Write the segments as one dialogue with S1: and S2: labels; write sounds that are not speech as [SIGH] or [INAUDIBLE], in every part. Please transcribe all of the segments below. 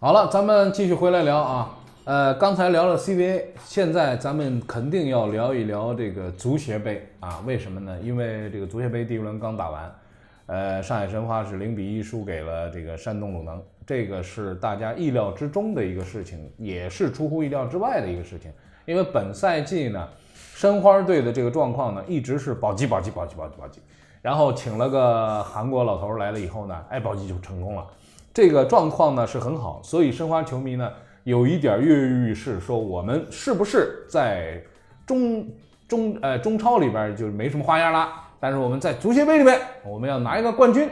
S1: 好了，咱们继续回来聊啊。呃，刚才聊了 CBA，现在咱们肯定要聊一聊这个足协杯啊。为什么呢？因为这个足协杯第一轮刚打完，呃，上海申花是零比一输给了这个山东鲁能，这个是大家意料之中的一个事情，也是出乎意料之外的一个事情。因为本赛季呢，申花队的这个状况呢，一直是保级、保级、保级、保级、保级。然后请了个韩国老头儿来了以后呢，哎，保级就成功了。这个状况呢是很好，所以申花球迷呢有一点跃跃欲试，说我们是不是在中中呃中超里边就没什么花样啦？但是我们在足协杯里面，我们要拿一个冠军。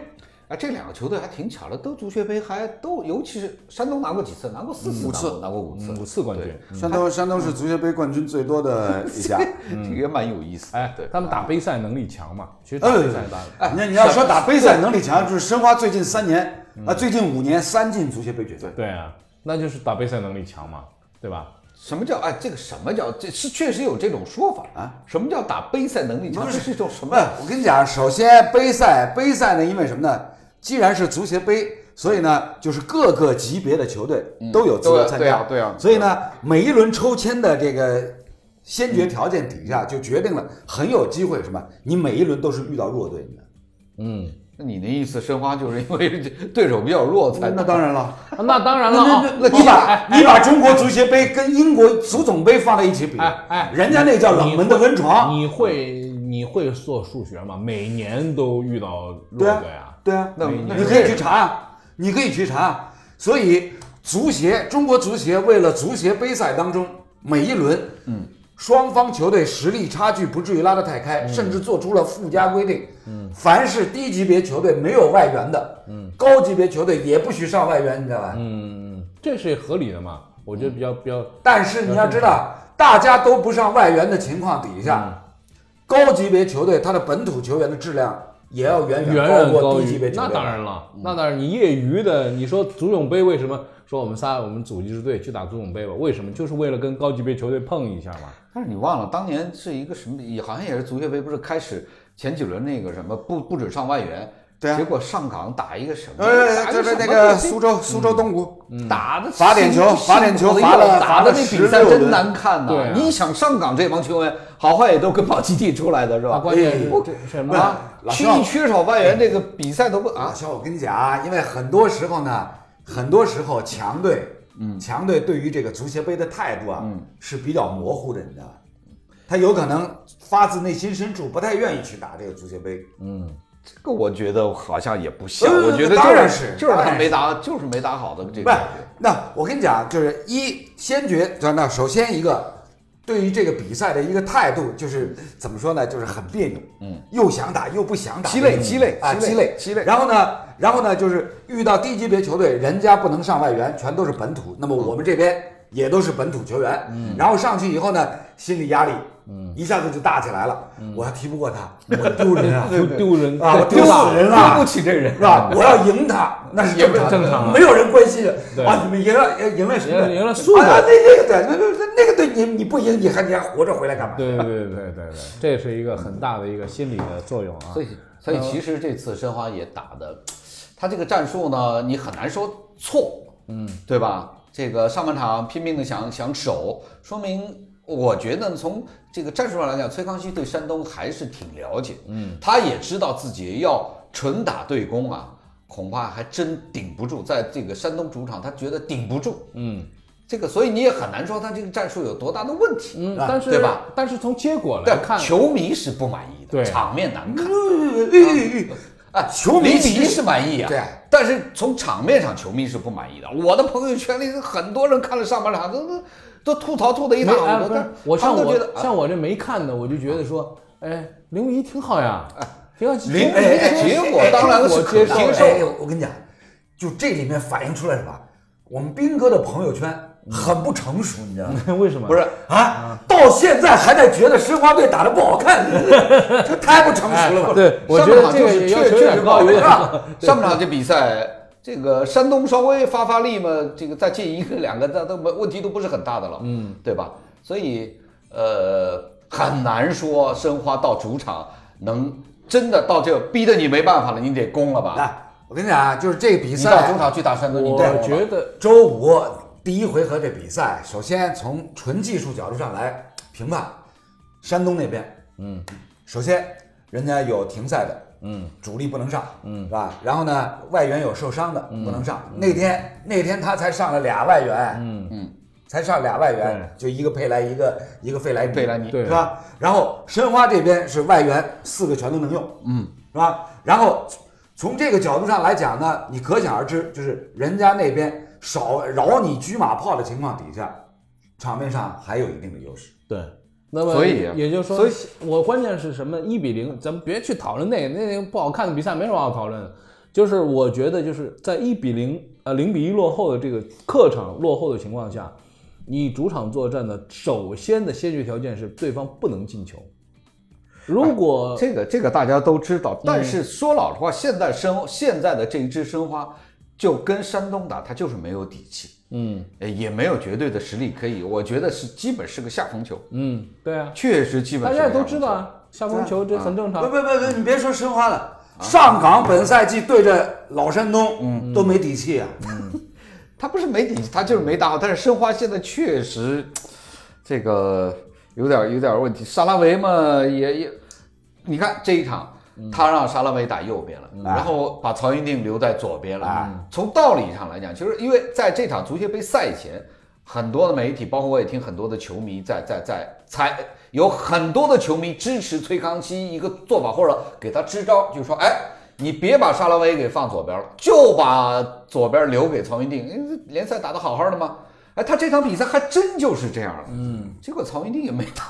S2: 哎，这两个球队还挺巧的，都足协杯还都，尤其是山东拿过几次，拿过四次，
S3: 嗯五次
S2: 拿过拿过五次，
S1: 五次冠军
S2: 对
S3: 山东山东是足协杯冠军最多的一家。
S2: [LAUGHS] 这个也蛮有意思的。
S1: 哎，
S2: 对，
S1: 他们打杯赛能力强嘛？其实打杯赛打，
S3: 哎，你你要说打杯赛能力强，就是申花最近三年啊，最近五年三进足协杯决赛。
S1: 对啊，那就是打杯赛能力强嘛，对
S3: [LAUGHS]
S1: 吧？
S2: 什么叫哎？这个什么叫这是确实有这种说法啊？什么叫打杯赛能力强？这是一种什
S3: 不
S2: 么
S3: 是？，哎我跟你讲，首先杯赛杯赛呢，因为什么呢？既然是足协杯，所以呢，就是各个级别的球队都有资格参加。
S2: 对啊对啊
S3: 所以呢，每一轮抽签的这个先决条件底下，就决定了很有机会什么？你每一轮都是遇到弱队的。
S1: 嗯，
S2: 那啊你的意思，申花就是因为这对手比较弱才
S3: 那当然了，
S1: 那当然
S3: 那
S1: 了啊
S3: 那，那你把你把中国足协杯跟英国足总杯放在一起比
S1: 哎哎，
S3: 人家那叫冷门的温床。
S1: 你会你会做数学吗？每年都遇到弱
S3: 对啊
S1: 队啊，，
S3: 对啊，
S2: 那
S3: 你
S2: 那
S3: 可以去查啊，你可以去查啊。所以足协，中国足协为了足协杯赛当中每一轮，嗯，双方球队实力差距不至于拉得太开，甚至做出了附加规定，嗯，凡是低级别球队没有外援的，嗯，高级别球队也不许上外援，你知道吧？嗯，
S1: 嗯，这是合理的嘛？我觉
S2: 嗯
S1: 得比较比较。
S3: 但是你要知道，大家都不上外援的情况底
S1: 嗯
S3: 下，高级别球队他的本土球员的质量也要
S2: 啊
S3: 远
S1: 远
S3: 高
S1: 远
S3: 过
S1: 高
S3: 低级别
S1: 于
S3: 球
S1: 那
S3: 员。
S1: 当然了，
S2: 嗯
S1: 那当然，你业余的，你说足总杯为什么说我们仨我们组一支队去打足总杯吧？为什么？就是为了跟高级别球队碰一下嘛。
S2: 但是你忘了，当年是一个什么？也好像也是足协杯，不是开始前几轮那个什么不不准上外援，
S3: 对啊
S2: 结果上港打一个什么？
S3: 呃，
S2: 打一个
S3: 这是
S2: 什么
S3: 那个
S2: 队
S3: 苏州苏州东吴，
S1: 嗯
S2: 打的
S3: 罚点球罚点球罚
S2: 打
S3: 了
S2: 的
S3: 罚
S2: 那
S3: 了
S2: 比赛
S3: 16
S2: 真
S3: 轮
S2: 难看呐、
S1: 对啊
S2: 你想上港这帮球员，好坏也都跟保级地出来的是吧？
S1: 啊关键是
S2: 哎我
S1: 这什么
S2: 啊？
S3: 老
S2: 缺
S3: 肖
S2: 一缺少外援，这个比赛都不啊。
S3: 啊，小我跟你讲啊，因为很多时候呢，很多时候强队，嗯，强队对于这个足协杯的态度啊，
S1: 嗯
S3: 是比较模糊的，你知道吧？他有可能发自内心深处不太愿意去打这个足协杯，
S2: 这个我觉得好像也不像，
S3: 呃
S2: 我觉得
S3: 当
S2: 就
S3: 然
S2: 是
S3: 是
S2: 就是
S3: 当
S2: 他
S3: 然
S2: 没打，就是没打好的这
S3: 不
S2: 个
S3: 是。那我跟你讲，就是一先决，那那首先一个对于这个比赛的一个态度，就是怎么说呢，就是很别扭，嗯，又想打又不想打，
S2: 鸡肋鸡肋
S3: 啊，
S2: 鸡肋
S3: 鸡肋
S2: 鸡肋
S3: 然后呢，然后呢，就是遇到低级别球队，人家不能上外援，全都是本土，那么我们这边也都是本土球员，嗯，然后上去以后呢，心理压力。嗯，一下子就大起来了。我还踢不过他，我丢人 [LAUGHS] 啊！
S1: 丢丢人
S3: 啊！我
S1: 丢
S3: 丢死人了，
S2: 对不起这人啊
S3: 是吧？我要赢他，那是
S1: 也不
S3: 正常的，
S1: 正常啊
S3: 没有人关心
S1: 对
S3: 啊！你们赢了，赢赢了什么？
S1: 赢了速度
S3: 啊！那那个对，那那那那个对你你不赢，你还你还活着回来干嘛？
S1: 对对对对对对，这是一个很大的一个心理的作用啊
S2: 嗯所。以，所以其实这次申花也打的，他这个战术呢，你很难说错，嗯，对吧？这个上半场拼命的想想守，说明我觉得从这个战术上来讲，崔康熙对山东还是挺了解，嗯，他也知道自己要纯打对攻啊，恐怕还真顶不住，在这个山东主场，他觉得顶不住，嗯，这个所以你也很难说他这个战术有多大的问题，
S1: 嗯，
S3: 啊
S1: 但是
S2: 对吧？
S1: 但是从结果来
S2: 但
S1: 看，
S2: 球迷是不满意的，
S1: 对
S2: 场面难看。
S3: 呃
S2: 哎，
S3: 啊球迷
S2: 离
S3: 其
S2: 奇
S3: 实
S2: 是满意啊，
S3: 对
S2: 但是从场面上，球迷是不满意的。我的朋友圈里很多人看了上半场都都都吐槽吐的一
S1: 没
S2: 塌
S1: 哎，不
S2: 糊涂
S1: 是，我
S2: 他
S1: 像
S2: 们都觉得啊
S1: 我像我这没看的，我就觉得说，哎，零比一挺好呀，挺好。
S2: 啊零
S1: 挺好
S2: 哎哎结果当然是
S1: 我
S2: 可
S1: 接
S2: 接
S1: 受
S2: 受
S3: 哎，我跟你讲，就这里面反映出来什么？我们斌哥的朋友圈很不成熟，你知道吗？
S1: 的， [LAUGHS] 为什么？
S2: 不是，
S3: 啊，到现在还在觉得申花队打得不好看， [LAUGHS] 这太不成熟了吧？
S1: 对，我觉
S2: 上半
S1: 得
S2: 场
S1: 这
S2: 就
S1: 个
S2: 是
S1: 也要
S2: 确
S1: 求有
S2: 确实
S1: 点
S2: 不好
S1: 高，有点
S2: 看
S1: 高。
S2: 啊。上半场这比赛，这个山东稍微发发力嘛，这个再进一个两个，那都没问题都不是很大的了，嗯，对吧？所以呃，很难说申花到主场能真的到这逼得你没办法了，你得攻了吧？
S3: 来，我跟你讲啊，就是这个比
S2: 你到
S3: 赛
S2: 主，场去打山东，你
S1: 我
S2: 对我
S1: 觉得
S3: 周五第一回合这比赛，首先从纯技术角度上来评判，山东那边，嗯，首先人家有停赛的，嗯，主力不能上，嗯，是吧？然后呢，外援有受伤的，不能上。那天那天他才上了俩外援，嗯嗯，才上俩外援，就一个佩莱，一个一个费莱尼，
S2: 费莱尼
S1: 对
S3: 是吧？然后申花这边是外援，四个全都能用，嗯，是吧？然后从这个角度上来讲呢，你可想而知，就是人家那边少饶你车马炮的情况底下，场面上还有一定的优势。
S1: 对。那么，
S2: 所以啊
S1: 也就是说，
S2: 所以
S1: 我关键是什么？一比零，咱们别去讨论那个那个不好看的比赛，没什么好讨论的。就是我觉得，就是在一比零呃零比一落后的这个客场落后的情况下，你主场作战的首先的先决条件是对方不能进球。如果、
S2: 啊这个这个大家都知
S1: 嗯
S2: 道，但是说老实话，现在申现在的这一支申花，就跟山东打，他就是没有底气，
S1: 嗯
S2: 呃，也没有绝对的实力可以，我觉得是基本是个下风球，
S1: 嗯，对啊，
S2: 确实基本
S1: 大
S2: 是
S1: 家
S2: 个
S1: 也都
S2: 下风
S1: 知道啊，下风球这很正
S2: 啊
S1: 常。
S3: 不
S1: 啊
S3: 不不不，你别说申花了，上港本赛季对着老山东，嗯，都没底气啊。
S2: 球，他不是没底气，他就是没打
S1: 嗯
S2: 好，但是申花现在确实，这个有点有点问题，沙拉维嘛也也，你看这一场。他让沙拉维打右边了，然后把曹云定留在左边了。从道理上来讲，其实因为在这场足协杯赛前，很多的媒体，包括我也听很多的球迷在在在猜，有很多的球迷支持崔康熙一个做法，或者给他支招，就说：“哎，你别把沙拉威给放左边了，就把左边留给曹云定。哎联赛打得好好的嘛，哎，他这场比赛还真就是这样了。嗯，结果曹云定也没打，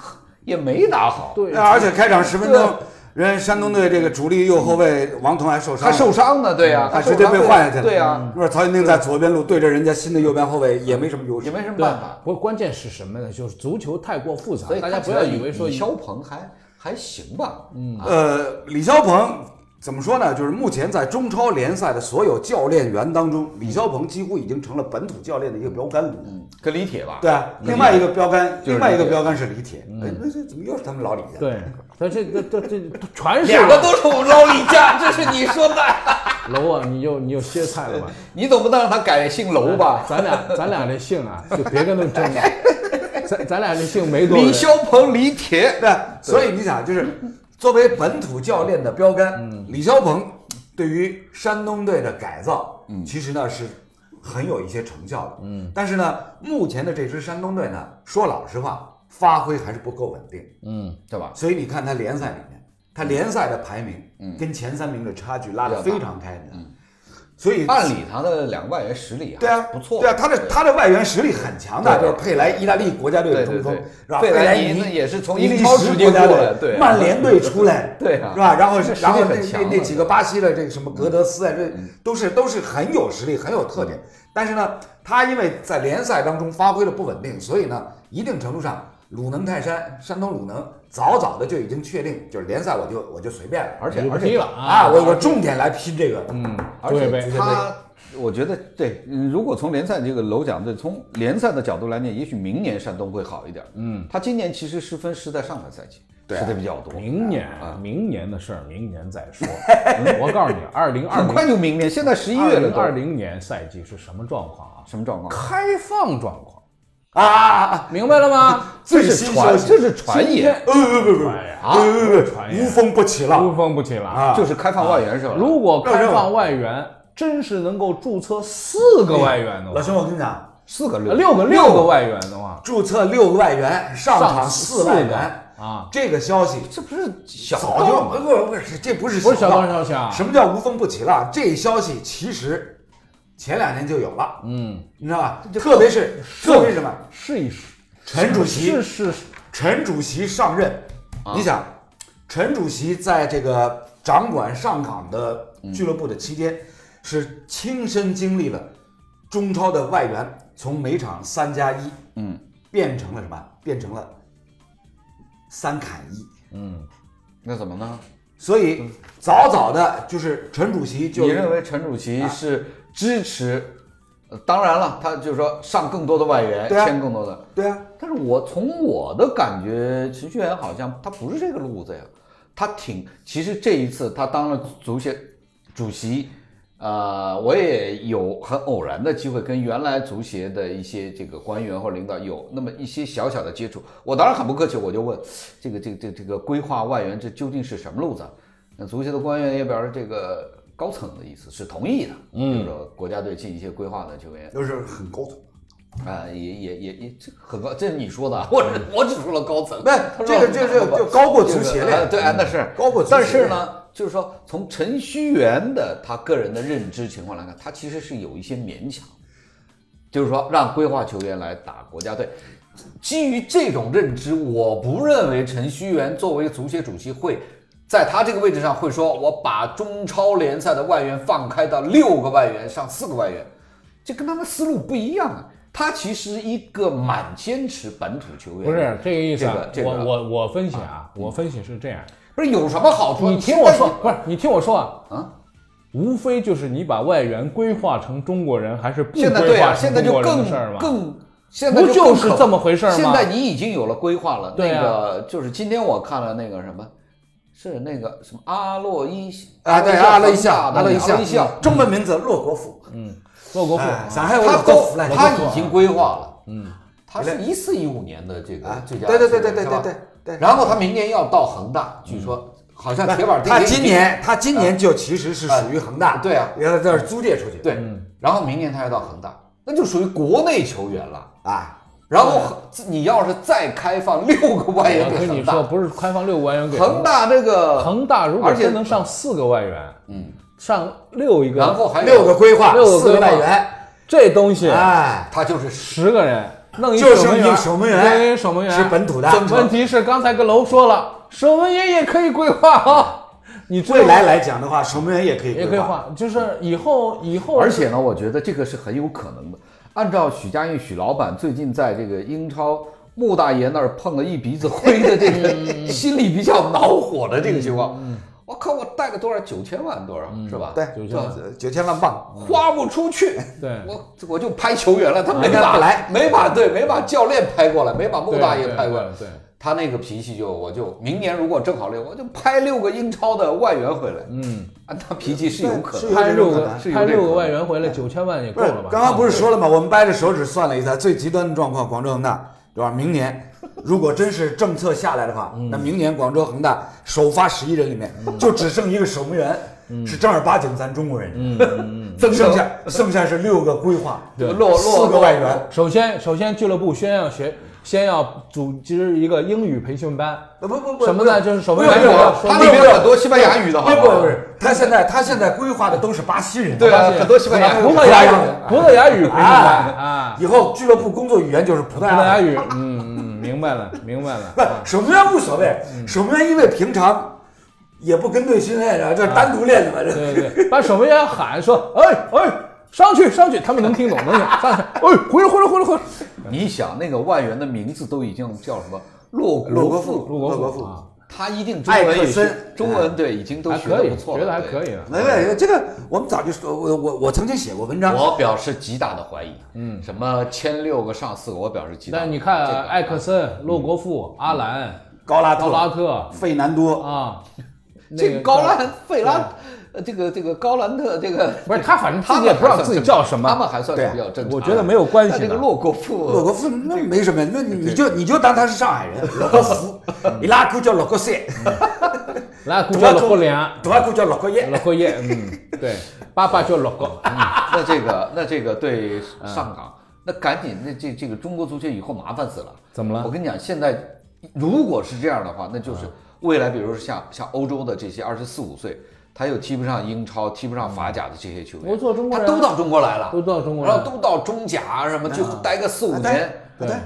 S2: 也没打好，
S1: 对
S3: 那而且开场十分
S2: 对
S3: 钟，人山东队这个主力右后卫王彤还受伤
S2: 他
S3: 了，
S2: 受伤了，对呀、啊
S3: 他
S2: 受
S3: 啊直接
S2: 伤
S3: 被
S2: 了
S3: 换下去了。嗯
S2: 对啊呀、
S3: 那会儿曹云定在左边路对着人家新的右边后卫也没什么优
S2: 嗯
S3: 势
S2: 也。没什么
S1: 对
S2: 办法。
S1: 不，关键是什么呢？就是足球太过复杂
S2: 所，以
S1: 大家
S2: 看起
S1: 不要
S2: 来
S1: 以为说
S2: 李
S1: 一
S2: 霄鹏还还行吧，嗯，
S3: 呃，李霄鹏怎么说呢？就是目前在中超联赛的所有教练员当中，
S2: 嗯
S3: 李霄鹏几乎已经成了本土教练的一个标杆了。
S2: 跟嗯李铁吧，
S3: 对啊，另外一个标杆，
S2: 就是
S3: 另外一个
S2: 李铁
S3: 标杆是李铁。哎，那这怎么又是他们老李家？
S1: 对，他这这这这全是
S2: 两个都是我们老李家， [LAUGHS] 这是你说的， [LAUGHS]
S1: 楼啊，你又你又歇菜了吧？
S2: 你总不能让他改姓楼吧？
S1: 咱俩
S2: [LAUGHS]
S1: 咱俩这姓啊，就别跟他们争了。咱咱俩这姓没多少
S2: 李
S1: 人，
S2: 霄鹏、李铁，
S3: [LAUGHS] 对，所以你想，就是作为本土教练的标杆，李霄鹏对于山东队的改造，其实呢是很有一些成效的，嗯，但是呢，目前的这支山东队呢，说老实话，发挥还是不够稳定，
S1: 嗯，
S2: 对吧？
S3: 所以你看他联赛里面，他联赛的排名，嗯，跟前三名的差距拉得非常开的，所以
S2: 按理他的两个外援实力还
S3: 对啊，
S2: 不错，
S3: 对啊，他的他的外援实力很强的，
S2: 对
S3: 就是佩莱意大利国家队的中锋
S2: 对对对，
S3: 是吧？
S2: 费
S3: 佩
S2: 莱
S3: 莱
S2: 尼
S3: 尼
S2: 呢也是从
S3: 伊
S2: 英
S3: 利
S2: 超
S3: 时
S2: 直接
S3: 国家
S2: 过
S3: 队
S2: 来对啊
S3: 曼联队出来，
S2: 对啊
S3: 是吧？然后
S2: 实
S3: 是
S2: 力
S3: 然后那
S2: 很强
S3: 那那
S2: 了
S3: 几个巴西的这个什么格德斯啊，这都是都是很有实力、很有特点。但是呢，他因为在联赛当中发挥的不稳定，所以呢，一定程度上，鲁能泰山、山东鲁能早早的就已经确定，就是联赛我就我就随便了，
S2: 而且
S1: 你就
S2: 而
S1: 不踢
S2: 且
S1: 了
S3: 啊，我我重点来拼这个，嗯，
S2: 而
S1: 对
S2: 且
S1: 呗
S2: 他，我觉得对，嗯如果从联赛这个楼讲，对，从联赛的角度来讲，也许明年山东会好一点。嗯，他今年其实失分是在上个赛季
S3: 对啊
S2: 失的比较多，
S1: 明年
S2: 啊，
S1: 明年的事儿，明年再说。嗯我告诉你，二零二
S2: 很
S1: 零
S2: 快就明年，现在十一月了都
S1: 二零年赛季是什么状况啊？
S2: 什么状况？
S1: 开放状况，
S3: 啊啊啊！
S1: 明白了吗？
S3: 最
S2: 这
S3: 新
S2: 是
S3: 消
S2: 传，
S3: 息，
S2: 这是传言，
S3: 呃不不不不
S1: 哎呀
S3: 不不不
S1: 传
S3: 不，
S1: 言
S3: 无风不起浪
S1: 无风不起浪。
S3: 啊！
S2: 就是开放外援是吧？
S1: 啊如果开放外援，真是能够注册四个外援的
S3: 老
S1: 话，
S3: 兄，我跟你讲，
S2: 四个
S1: 呃六个六个外援的话，
S3: 注册六个外援，上场四外
S1: 上
S3: 援
S1: 四个啊！
S3: 这个消息
S2: 这不是小
S3: 早
S2: 道
S3: 就
S2: 吗？
S3: 不不不是，这不是
S1: 不是小
S3: 道
S1: 道消息啊
S3: 什么叫无风不起浪？这消息其实前两年就有了，
S1: 嗯，
S3: 你知道吧？特别是特别是什么？
S1: 试一试，
S3: 陈主席
S1: 是是是
S3: 陈主席上任，你想，陈主席在这个掌管上港的俱乐部的期间，是亲身经历了中超的外援从每场三加一，
S2: 嗯，
S3: 变成了什么？变成了三砍一。
S2: 那怎么呢？
S3: 所以早早的就是陈主席就
S2: 你认为陈主
S1: 啊
S2: 席是支持？呃当然了，他就是说上更多的外援，
S3: 对啊
S2: 签更多的。
S3: 对啊，
S2: 但是我从我的感觉，陈旭源好像他不是这个路子呀，他挺其实这一次他当了足协主席，呃，我也有很偶然的机会跟原来足协的一些这个官员或领导有那么一些小小的接触。我当然很不客气，我就问这个这个这个这个规划外援这究竟是什么路子啊？那足协的官员也表示，这个高层的意思是同意的，嗯，就是说国家队进一些规划的球员。
S3: 就是很高层。
S2: 啊、也也也也，这个很高，这是你说的啊，我只我只说了高层，
S3: 不是
S2: 他说
S3: 嗯这个这个就高过足协了呀
S2: 啊对啊，那是
S3: 高过足协
S2: 但是呢，就是说从陈戌源的他个人的认知情况来看，他其实是有一些勉强，就是说让规划球员来打国家队。基于这种认知，我不认为陈戌源作为足协主席会在他这个位置上会说，我把中超联赛的外援放开到六个外援上四个外援，这跟他们思路不一样啊。他其实一个蛮坚持本土球员，
S1: 不是这个意思啊。
S2: 这个这
S1: 我
S2: 个
S1: 我我分析啊，我分析是这样，
S2: 不是有什么好处？
S1: 你听我说，不是你听我说啊，
S2: 哦啊，
S1: 无非就是你把外援规划成中国人，还是不
S2: 现在
S1: 规
S2: 对
S1: 划
S2: 啊，
S1: 成
S2: 现在
S1: 中
S2: 就
S1: 国人
S2: 更
S1: 的事儿嘛。
S2: 更，现在
S1: 不就
S2: 更
S1: 是
S2: 可
S1: 这么回事儿吗
S2: 现在你已经有了规划了，
S1: 对啊
S2: 那个就是今天我看了那个什么，是那个什么阿洛伊
S3: 啊，对，阿
S2: 阿
S3: 拉
S2: 洛
S3: 一
S2: 伊夏
S3: 下，
S2: 恒大
S3: 阿
S2: 的
S3: 拉一
S2: 阿
S3: 下，
S2: 洛伊夏，
S3: 中文名字骆国富，
S1: 洛国富
S3: 嗯哎
S1: 啊，
S3: 上海我
S2: 他
S3: 骆
S2: 都
S3: 国富来，
S2: 他已经规划了，嗯，他
S3: 不
S2: 是一四一五年的这个
S3: 啊
S2: 最佳
S3: 对对
S2: 球员
S3: 对对
S2: 是吧
S3: 对对对
S2: 然后他明年要到恒大，据说好像铁板钉
S3: 他
S2: 钉
S3: 今年他今
S1: 啊
S3: 年就其实是属于恒大，
S2: 对啊
S3: 原来这是租借出去，
S2: 对，然后明年他要到恒大，那就属于国内球员了。
S3: 啊，
S2: 然后恒你要是再开放六个外援
S1: 我
S2: 给
S1: 跟你
S2: 恒
S1: 说，
S2: 大，
S1: 不是开放六个外援给
S2: 恒大这
S3: 呃
S2: 个
S1: 恒大如果
S2: 而且
S1: 真能上四个外援，嗯，上六一个，
S2: 然后还有
S3: 六个规划，
S1: 六个规划
S3: 四个外援，
S1: 这东西
S3: 哎，
S2: 他就是
S1: 十个人弄一
S3: 就
S1: 守门
S3: 剩一
S1: 员，
S3: 个守门员
S1: 对守门员
S3: 是本土的
S1: 问问题是刚才跟楼说了，守门员也可以规划啊， [LAUGHS] 你知道吗
S3: 嗯未来来讲的话，守门员也可以
S1: 也可
S3: 规
S1: 以
S3: 划，
S1: 划，就是以后以后，
S2: 而且呢，我觉得这个是很有可能的。按照许家印许老板最近在这个英超穆大爷那儿碰了一鼻子灰的这
S1: 嗯
S2: 个心里比较恼火的这个情况，我靠，我贷了多少九千万多少是吧？
S3: 对，
S1: 嗯九千万
S3: 九九千万镑，
S2: 花不出去，
S1: 对
S2: 我我就拍球员了，他没
S3: 人家
S2: 把
S3: 不来
S2: 没把对，没把教练拍过来，没把穆
S1: 对
S2: 大爷
S1: 对
S2: 拍过来，
S1: 对对
S2: 他那个脾气就我就明年如果正好六，我就拍六个英超的外援回来。嗯，啊，他脾气是有可
S3: 是
S2: 能
S3: 有
S2: 的。
S1: 拍六个
S3: 这种可能哎
S2: 是有
S1: 拍
S2: 这个
S1: 六个
S2: 可能
S1: 外援回来九千万也够
S3: 不是
S1: 了吧？，啊
S3: 刚刚不是说了吗？我们掰着手指算了一下，最极端的状况，广州恒大，对吧？
S1: [LAUGHS]
S3: 明年如果真是政策下来的话，
S1: 嗯
S3: 那明年广州恒大首发十一人里面就只剩一个守门员
S1: 嗯
S3: 是正儿八经咱中国人，
S2: 增
S3: 剩
S2: 生
S3: 下剩下是六个规划，
S2: 对落落
S3: 四个外援。
S1: 首先，首先俱乐部先要学，先要组织一个英语培训班。
S3: 呃不不不，
S1: 什么呢就是守门
S3: 不是
S1: 员
S3: 不是
S1: 有
S3: 不是
S2: 他
S3: 不是
S2: 那边
S3: 不是
S2: 很多西班牙语的好
S3: 不
S2: 不
S3: 不
S2: 好
S3: 不是，他现在他现在规划的都是巴西人，
S2: 对啊，
S1: 西
S2: 很多西班牙
S1: 葡萄牙语，葡萄牙语培训班啊，
S3: 以后俱乐部工作语言就是葡萄
S1: 葡萄
S3: 牙
S1: 牙
S3: 语。
S1: 语，嗯嗯，明白了，明白了
S3: 不。，守门员无所谓，守门员因为平常也不跟队训练啊，这单独练的嘛，这
S1: 对对对，把守门员喊说，哎哎，上去上去，他们能听懂，能听懂上去，哎，回来回来回来回来，
S2: 你想那个外援的名字都已经叫什么？洛
S3: 洛国
S2: 国
S3: 富，
S2: 富，
S1: 陆国
S3: 国
S1: 富
S3: 富
S1: 啊，
S2: 他一定中文
S3: 艾
S2: 也
S3: 克森
S2: 是中文对，已经都
S1: 还
S2: 学
S1: 可
S2: 的
S1: 以，
S2: 不错
S1: 觉
S2: 了，
S1: 得还
S2: 对
S1: 可以。了。
S3: 没问题，这个我们早就说，我我我曾经写过文章，
S2: 我表示极大的怀疑，嗯，什么签六个上四个，我表示极大的怀
S1: 但
S2: 疑。
S1: 你看
S2: 这个
S1: 啊艾克森、洛国富、阿兰、
S3: 高拉
S1: 高拉特
S3: 费南多，
S1: 啊，那
S2: 这
S1: 个
S2: 个高兰费拉，呃，这个这个高兰特这个
S1: 不是他，反正自
S2: 他
S1: 己
S2: 们
S1: 也不知道
S2: 还算
S1: 自己
S2: 正
S1: 叫什么，
S2: 他们还算是
S3: 对
S2: 比较正常。
S1: 我觉得没有关系
S2: 但这个
S1: 的
S2: 洛国富，
S3: 洛国富那没什么，那你就你就当他是上海人，洛国福，伊拉克叫洛国塞，
S1: 来，姑
S3: 土
S1: 叫
S3: 阿
S1: 了
S3: 库
S1: 后脸。
S3: 土阿库叫洛国耶，
S1: 老过夜，嗯，对，爸爸叫老过，
S2: [LAUGHS] 那这个那这个对上港，那赶紧那这这个中国足球以后麻烦死了。
S1: 怎么了嗯
S2: 我跟你讲，现在如果是这样的话，那就是未来，比如说像像欧洲的这些二十四五岁，他又踢不上英超、踢不上法甲的这些球员，
S1: 嗯我做中国
S2: 他
S1: 人
S2: 都到中国来了，
S1: 都到中国来嗯
S2: 然后都到中甲啊什么，就待个四五
S3: 啊
S2: 年，嗯
S3: 对
S1: 对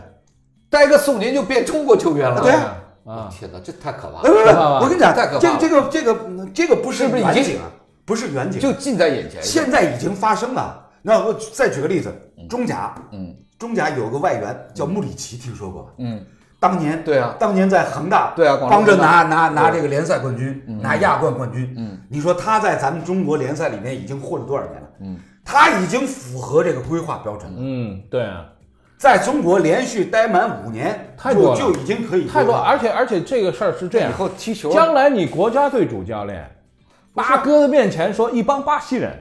S2: 待个四五年就变中国球员了。
S3: 对
S1: 啊
S3: 啊
S2: 我
S1: 啊，
S2: 天哪，这太可怕
S3: 哎不是不
S2: 了，
S3: 是，我跟你讲
S2: 太可，怕
S3: 这
S2: 了
S3: 这个这个这个不是
S2: 是不是已
S3: 远
S2: 经
S3: 景啊，不是远景，
S2: 就近在眼前。
S3: 现在已经发生了。那我再举个例子，中甲，
S2: 嗯，
S3: 中甲有个外援叫穆里奇，听说过吧？
S2: 嗯，
S3: 当年
S2: 对啊
S3: 当年在恒大，
S2: 对啊广州
S3: 帮着
S2: 恒
S3: 拿拿拿这个联赛冠军，拿亚冠冠军，嗯，你说他在咱们中国联赛里面已经混了多少年了？嗯，他已经符合这个规划标准了，
S1: 嗯，对啊，
S3: 在中国连续待满五年，
S1: 太多了
S3: 就就已经可以
S1: 太
S3: 规
S1: 多，
S3: 划
S1: 而且而且这个事儿是这样
S2: 以，后踢球，啊
S1: 将来你国家队主教练，八哥的面前说一帮巴西
S2: [LAUGHS]
S1: 人，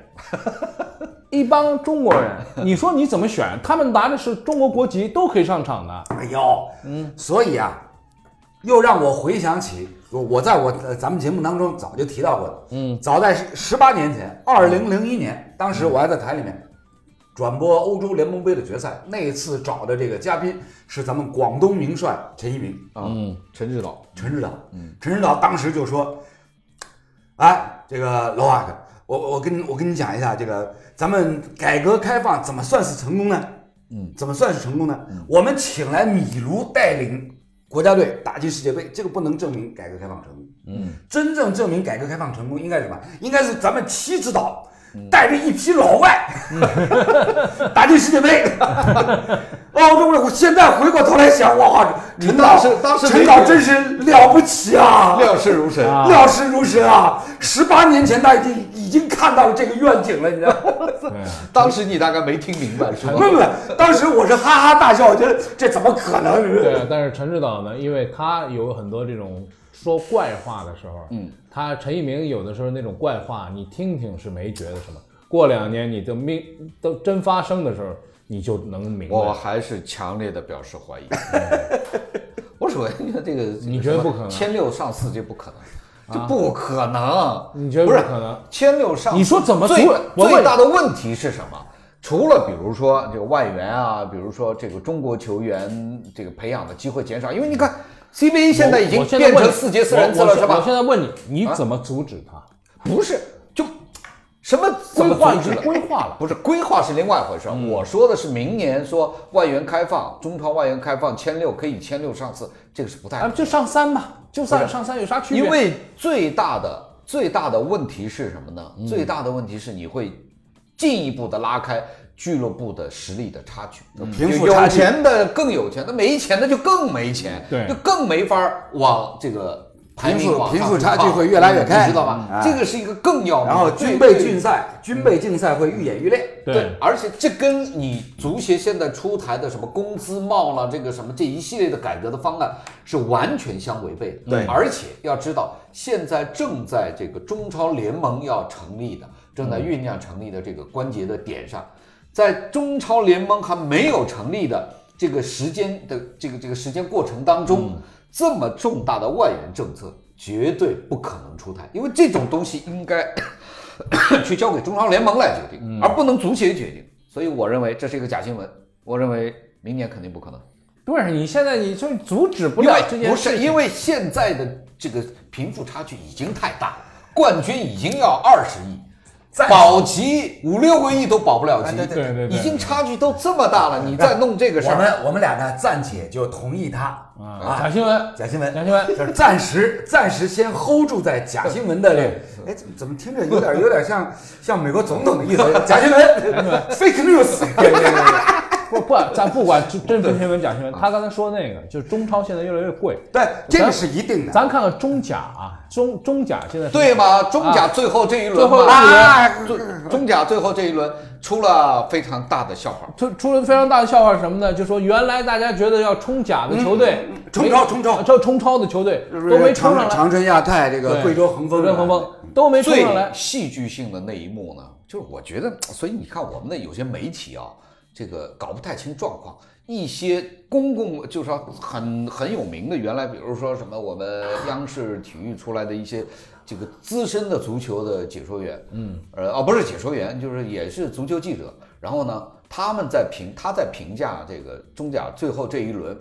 S1: 一帮中国人，你说你怎么选？他们拿的是中国国籍，都可以上场的。
S3: 哎呦，嗯，所以啊，又让我回想起我我在我呃咱们节目当中早就提到过的，嗯，早在十八年前，二零零一年，当时我还在台里面转播欧洲联盟杯的决赛，那一次找的这个嘉宾是咱们广东名帅陈一鸣，
S2: 啊，嗯，陈指导，
S3: 陈指导，
S2: 嗯
S3: 陈指导当时就说：“哎，这个老瓦克，我我跟我跟你讲一下，这个咱们改革开放怎么算是成功呢？嗯，怎么算是成功呢？
S2: 嗯
S3: 我们请来米卢带领国家队打进世界杯，这个不能证明改革开放成功。嗯，真正证明改革开放成功应该是什么？应该是咱们七指导。”
S2: 嗯
S3: 带着一批老
S2: [LAUGHS]
S3: 外、打进世界杯，哦澳洲我现在回过头来想，哇，陈导
S2: 当时当时
S3: 陈导真是了不起啊，
S2: 料事如神，
S1: 啊
S3: 料事如神啊！十八年前他已经已经看到了这个愿景了，你知道
S2: [LAUGHS]
S3: 吗？
S2: 当时你大概没听明白是吧
S3: 不？不不，当时我是哈哈大笑，我觉得这怎么可能？是不是
S1: 对，但是陈指导呢，因为他有很多这种说怪话的时候，嗯，他陈一鸣有的时候那种怪话，你听听是没觉得什么，过两年你的命都真发生的时候，你就能明白。
S2: 我还是强烈的表示怀疑。我说，你看这个，
S1: 你觉得不可能啊
S2: 千六上四这不可能，这不可能。
S1: 你觉得
S2: 不是
S1: 不可能？
S2: 千六上四，
S1: 你说怎么
S2: 最
S1: 足我问
S2: 最大的问题是什么？除了比如说这个外援啊，比如说这个中国球员这个培养的机会减少，因为你看 CBA 现在已经
S1: 我
S2: 变
S1: 问
S2: 成
S1: 你
S2: 四节四人制
S1: 我
S2: 了，
S1: 我
S2: 是
S1: 我
S2: 吧？啊
S1: 现在问你，你怎么阻止他？
S2: 不是，就什么
S1: 怎么
S2: 规划
S1: 阻止
S2: 制了
S1: 规划了？
S2: 不是规划是另外一回事儿，
S3: 嗯
S2: 我说的是明年说外援开放，中超外援开放千六可以千六上四，这个是不太可
S1: 啊，
S2: 能，
S1: 就上三吧，就
S2: 哎不
S1: 上
S2: 是
S1: 上三有啥区别？
S2: 因为最大的最大的问题是什么呢？
S3: 嗯
S2: 最大的问题是你会进一步的拉开俱乐部的实力的差距，
S3: 贫富
S2: 有
S3: 嗯差
S2: 有
S3: 距
S2: 钱的更有钱，那没钱的就更没钱，
S1: 对
S2: 就更没法儿往这个排名
S3: 贫富
S2: 往上
S3: 贫富
S2: 去
S3: 差距
S2: 靠
S3: 会越来越开
S2: 你知道吧？
S3: 嗯
S2: 这个是一个更要命的，
S3: 然后军
S2: 最
S3: 备竞赛，军备竞赛会愈演愈烈。
S1: 对，
S2: 而且这跟你足协现在出台的什么工资帽了，这个什么这一系列的改革的方案是完全相违背的。
S3: 对
S2: 而且要知道，现在正在这个中超联盟要成立的，正在酝酿成立的这个关节的点上，在中超联盟还没有成立的这个时间的这个这个时间过程当中，这么重大的外援政策绝对不可能出台，因为这种东西应该去交给中超联盟来决定，
S1: 嗯
S2: 而不能足协决定。所以我认为这是一个假新闻，我认为明年肯定不可能。
S1: 不是你现在你就阻止不
S2: 因
S1: 了这
S2: 为
S1: 件
S2: 不
S1: 事
S2: 是
S1: 情。
S2: 因为现在的这个贫富差距已经太大了，冠军已经要二十亿，保级五六个亿都保不了级，
S3: 哎对对
S1: 对对对哎
S2: 已经差距都这么大了，你再弄这个事
S3: 我
S2: 儿，
S3: 们我们俩呢，暂且就同意他
S1: 啊，假新闻，
S3: 假新闻，
S1: 假新闻
S3: 就是暂时暂时先 hold 住在假新闻的这个，哎，怎么怎么听着有点有点像像美国总统的意思？
S2: [LAUGHS]
S3: 假新闻，fake news，
S1: 不不，咱不管真真不新闻假新闻，他刚才说那个就是中超现在越来越贵，
S3: 对，这个是一定的。
S1: 咱看看中甲啊，中中甲现在是
S2: 对吗？中甲最后这一轮
S1: 啊最后
S2: 嘛，
S1: 一轮
S2: 啊
S3: 嗯
S2: 中中甲最后这一轮出了非常大的笑话。
S1: 出出了非常大的笑话是什么呢？就说原来大家觉得要冲甲的球队，
S2: 嗯
S3: 冲超冲超
S1: 这冲超的球队都没冲上来，
S3: 长长春亚泰这个
S1: 对
S3: 贵州恒丰，
S1: 贵州恒丰都没冲
S2: 最
S1: 上来，
S2: 戏剧性的那一幕呢，就是我觉得，所以你看我们的有些媒体啊，这个搞不太清状况。一些公共就是说很很有名的，原来比如说什么我们央视体育出来的一些这个资深的足球的解说员，嗯，呃哦不是解说员，就是也是足球记者。然后呢，他们在评他在评价这个中甲最后这一轮，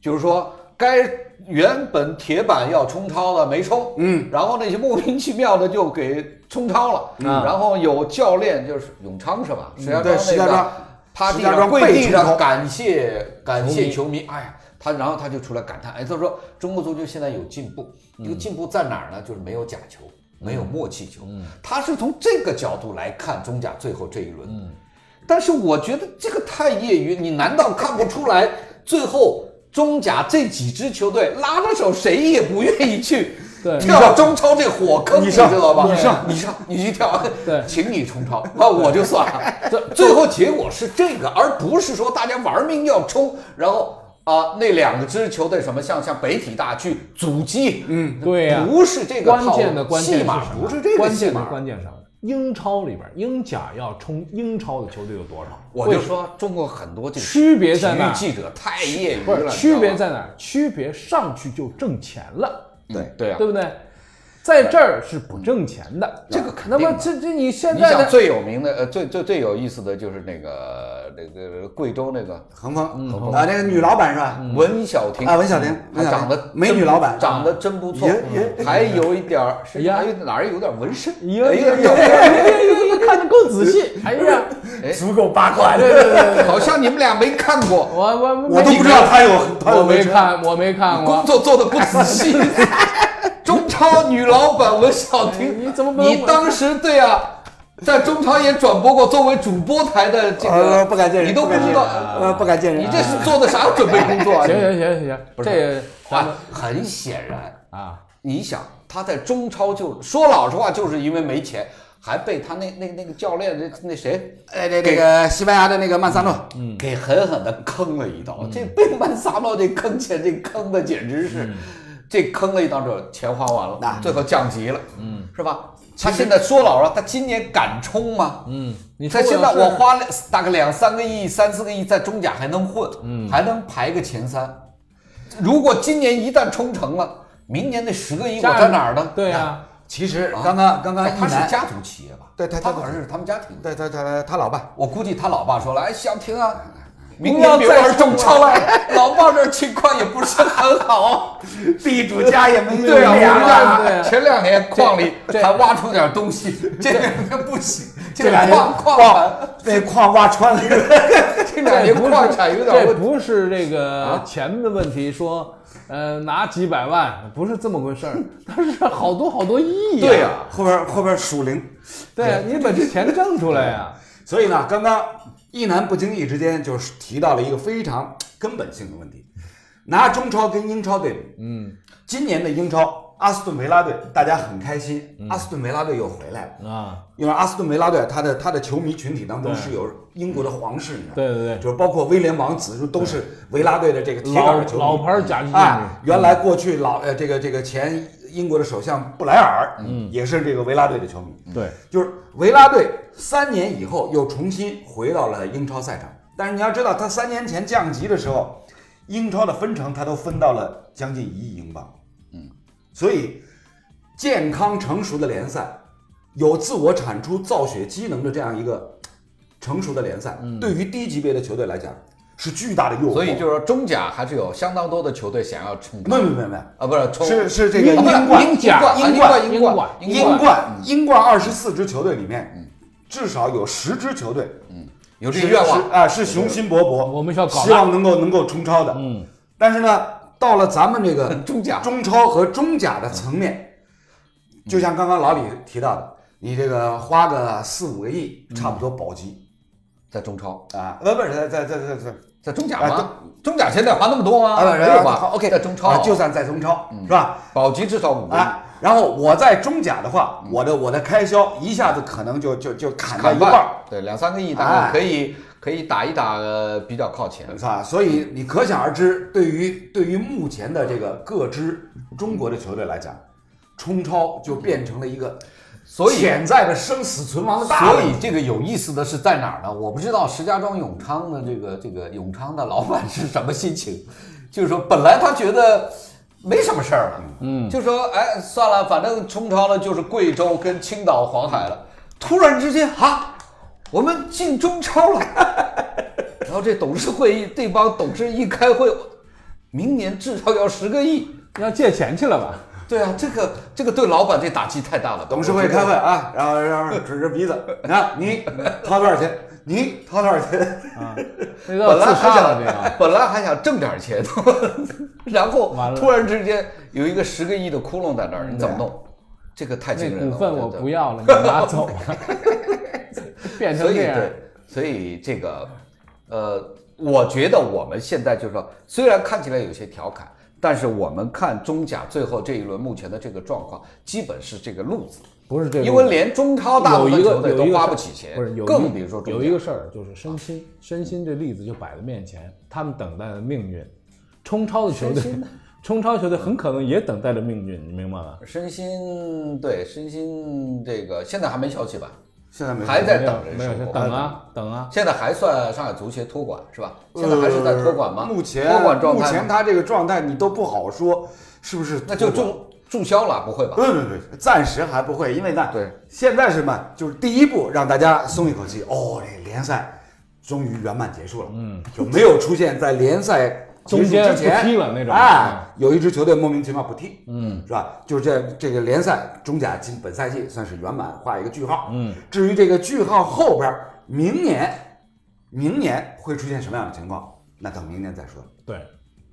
S2: 就是说该原本铁板要冲超的没冲，嗯，然后那些莫名其妙的就给冲超了，然后有教练就是永昌是吧？石家
S3: 嗯对
S2: 庄
S3: 石
S2: 那
S3: 家
S2: 个
S3: 庄
S2: 趴
S3: 石
S2: 地
S3: 家
S2: 上
S3: 庄
S2: 跪
S3: 被
S2: 地
S3: 冲
S2: 上
S3: 超
S2: 感谢感谢
S1: 球
S2: 球迷，哎呀，他然后他就出来感叹，哎，他说中国足球现在有进步，这
S3: 嗯
S2: 个进步在哪儿呢？就是没有假球，没有默契球，
S3: 嗯
S2: 他是从这个角度来看中甲最后这一轮，
S3: 嗯
S2: 但是我觉得这个太业余，你难道看不出来最后中甲这几支球队拉着手谁也不愿意去
S1: 对
S2: 跳中超这火坑，你
S3: 你上
S2: 知道吧？
S3: 你上
S2: 你上你去跳，
S1: 对
S2: 请你冲超啊，我就算了。最后结果是这个，而不是说大家玩命要冲，然后啊，那两支球队什么像像北体大去阻击，嗯，
S1: 对呀
S2: 不是这个
S1: 关
S2: 套
S1: 键的关键
S2: 戏
S1: 是
S2: 码
S1: 什么
S2: 不是这个
S1: 关
S2: 戏
S1: 键的
S2: 码，
S1: 关键是什么？英超里边，英甲要冲英超的球队有多少？
S2: 我就说中国很多这个
S1: 区别在
S2: 体育
S1: 哪儿
S2: 记者太业余
S1: 不是
S2: 了，
S1: 区别
S2: 你知道吗
S1: 在哪儿？区别上去就挣钱了，
S2: 对对啊
S1: 对，不对？在这儿是不挣钱的，
S2: 这个肯定
S1: 那
S2: 的
S1: 么这这你现
S2: 你
S1: 在
S2: 想
S1: 的
S2: 最有名的呃最最最有意思的就是那个那个贵州那个
S3: 恒丰啊，那个女老板是吧？
S1: 嗯
S2: 文小婷
S3: 啊文小婷
S2: 还
S3: 文小婷
S2: 长得
S3: 美
S2: 真
S3: 女
S2: 不
S3: 老板啊
S2: 长得真不错
S3: 也也，
S2: 还有一点儿，是
S1: 嗯哎呀
S2: 还有哪儿有点纹身，
S1: 呀
S2: 哎
S1: 呀
S2: 呀
S1: 呀呀呀呀看的够仔
S2: [LAUGHS]
S1: 细，哎呀，
S3: 足够八卦的，
S2: 呀，好像你们俩没看过，
S1: 我我
S3: [LAUGHS] 我都不知道她有，她有
S1: 我没
S3: 纹身，
S1: 看，我没看
S2: [LAUGHS] 工
S1: 过。
S2: 作做的不仔细。中超女老板文晓婷，
S1: 哎你怎么没有
S2: 你当时对啊，在中超也转播过，作为主播台的这个，
S3: 呃，不敢见人，
S2: 你都不
S3: 敢
S2: 知
S3: 见
S2: 道，
S3: 人呃，不敢见人。
S2: 你这是做的啥准备工作啊？
S1: 行行行行行，这咱们
S2: 啊，很显然，
S1: 啊，
S2: 你想他在中超就说老实话，就是因为没钱，还被他那那那个教练那那谁
S3: 哎，那那个西班牙的那个曼萨诺，
S1: 嗯
S2: 给狠狠的坑了一刀。这被曼萨诺这坑钱，这坑的简直是，
S1: 嗯
S2: 这坑了一刀之后，钱花完了，最后降级了，嗯，是吧？他现在说老实话，他今年敢冲吗？
S1: 嗯，你
S2: 他
S1: 说
S2: 现
S1: 要
S2: 在
S1: 是
S2: 我花了大概两三个亿、三四个亿在中甲还能混，
S1: 嗯
S2: 还能排个前三。如果今年一旦冲成了，明年那十个亿我
S1: 下
S2: 在哪儿呢？
S1: 对啊呀，
S3: 其实啊刚刚刚刚
S2: 哎
S3: 一
S2: 他是
S3: 楠，
S2: 家族企业吧？
S3: 对他
S2: 他
S3: 他
S2: 好像是他们家庭。
S3: 对他他他老爸，
S2: 我估计他老爸说了，哎，小婷啊，明
S1: 不
S2: 年
S1: 要
S2: 别
S1: 再
S2: 玩
S1: 冲
S2: 中超了，老爸这情况也不是很
S3: [LAUGHS]
S2: 好。
S3: 地主家也没
S2: 对啊，
S1: 没
S2: 我
S1: 粮
S2: 们
S1: 啊对
S2: 俩
S1: 啊
S2: 前两年矿里
S1: 这
S2: 还挖出点东西，这两年不行，这
S3: 这两
S2: 两
S3: 年
S2: 年矿矿产，
S3: 被矿挖穿了，
S2: 哎这两年矿产有点
S1: 这
S2: 问题。啊
S1: 不是这个钱的问题，说呃拿几百万不是这么回事儿，它是好多好多亿呀。
S2: 对呀、
S3: [LAUGHS] 后边后边属零。
S1: 对啊你把这钱挣出来
S2: [LAUGHS]
S1: 呀。
S3: 所以呢，刚刚一楠不经意之间就是提到了一个非常根本性的问题，拿中超跟英超对比，嗯，今年的英超，阿斯顿维拉队大家很开心，
S1: 嗯
S3: 阿斯顿维拉队又回来了。
S1: 啊，
S3: 因为阿斯顿维拉队，他的他的球迷群体当中是有英国的皇室，你知道吗？
S1: 嗯对对对
S3: 就是包括威廉王子，就都是维拉队的这个铁杆的球迷。
S1: 老老牌嗯甲级
S3: 哎，原来过去老呃这个这个前英国的首相布莱尔，嗯，也是这个维拉队的球迷。
S1: 对，
S3: 就是维拉队三年以后又重新回到了英超赛场，但是你要知道，他三年前降级的时候，英超的分成他都分到了将近一亿英镑，嗯，所以健康成熟的联赛，有自我产出、造血机能的这样一个成熟的联赛，对于低级别的球队来讲是巨大的诱惑。
S2: 所以就是说，中甲还是有相当多的球队想要冲
S3: 没有没有没有，
S2: 啊，不是冲
S3: 是是这个
S2: 啊不是
S3: 英冠嗯
S2: 英冠
S3: 英
S2: 英
S3: 冠
S2: 冠
S1: 英
S2: 英冠英冠
S3: 英冠英冠二十四支球队里面，至少有十支球队
S2: 有这个愿望
S3: 是，啊，是雄心勃勃，
S1: 我们是要搞
S3: 希望能够能够冲超的。嗯，但是呢，到了咱们这个
S2: 中甲
S3: 中超和中甲的层面，就像刚刚老李提到的，你这个花个四五个亿，
S1: 嗯
S3: 差不多保级
S2: 在中超，
S3: 啊，呃，不是，在在在在在
S2: 在中甲
S3: 啊
S2: 吗？中甲现在花那么多吗？
S3: 啊，不
S2: 没
S3: 是
S2: 有
S3: 好
S2: 吧
S3: ，OK，
S2: 在中
S3: 啊
S2: 超嗯
S3: 就算在中超
S1: 嗯
S3: 是吧？
S2: 保级至少五个亿，
S3: 啊，然后我在中甲的话，
S1: 嗯
S3: 我的我的开销一下子可能就就就砍到
S2: 砍
S3: 一半儿。
S2: 对，两三个亿，
S3: 哎
S2: 大概可以可以打一打呃比较靠前。
S3: 啊，所以你可想而知，对于对于目前的这个各支中国的球队来讲，冲超就变成了一个
S2: 所以
S3: 潜在的生死存亡的大
S2: 所
S3: 问
S2: 以
S3: 题。
S2: 这个有意思的是在哪儿呢？我不知道石家庄永昌的这个这个永昌的老板是什么心情，就是说本来他觉得没什么事儿了，嗯，就说哎算了，反正冲超了就是贵州跟青岛黄海了，突然之间啊，我们进中超了， [LAUGHS] 然后这董事会议这帮董事一开会，明年至少要十个亿。
S1: 要借钱去了吧？
S2: 对啊，这个这个对老板这打击太大了。
S3: 董事会开会啊，然后然后指着鼻子，啊， [LAUGHS] 你掏多少钱？你掏多少钱？
S1: 啊这
S2: 本
S1: 要
S2: 来
S1: 自
S2: 还
S1: 杀
S2: 想啊
S1: 了，这个。
S2: 本来还想挣点钱， [LAUGHS] 然后
S1: 完了啊
S2: 突然之间有一个十个亿的窟窿在那儿，你怎么弄？这个太
S1: 那
S2: 惊人了。
S1: 股份
S2: 觉
S1: 我
S2: 得
S1: 不要了，你拿走
S2: [LAUGHS]
S1: 吧，变成
S2: 所以
S1: 这样
S2: 对，所以这个，呃，我觉得我们现在就是说，虽然看起来有些调侃，但是我们看中甲最后这一轮目前的这个状况，基本是这个路子。
S1: 不是这个
S2: 因为连中超大部
S1: 有
S2: 分
S1: 一
S2: 球
S1: 个
S2: 队
S1: 有
S2: 都
S1: 一个
S2: 花
S1: 事儿
S2: 不起钱，
S1: 不是有一
S2: 更别说中
S1: 有
S2: 甲
S1: 一个事儿就是身心，身心这例子就摆在面前，他们等待的命运。冲超的球队，冲超球队很可能也等待着命运，你明白吗？
S2: 身心对身心这个现在还没消息吧？
S3: 现在没
S2: 还在
S1: 没有
S2: 等
S1: 没有
S2: 人收购，
S1: 等啊等啊，
S2: 现在还算上海足协托管是吧？现在还是在托管吗？
S3: 呃目前
S2: 托管状
S3: 目
S2: 态
S3: 前
S2: 吗，
S3: 他这个状态你都不好说是不是
S2: 那
S3: 托管？
S2: 就注注销了，不会吧
S3: 不？不不，暂时还不会，因为呢，
S2: 对，
S3: 现在是嘛，就是第一步让大家松一口气，哦，这联赛终于圆满结束了，嗯，就没有出现在联赛结束
S1: 中间
S3: 之前
S1: 不踢了那种嗯
S3: 哎，有一支球队莫名其妙不踢，嗯，是吧？就是这这个联赛中甲今本赛季算是圆满画一个句号，嗯，至于这个句号后边儿明年，明年会出现什么样的情况，那等明年再说。
S1: 对，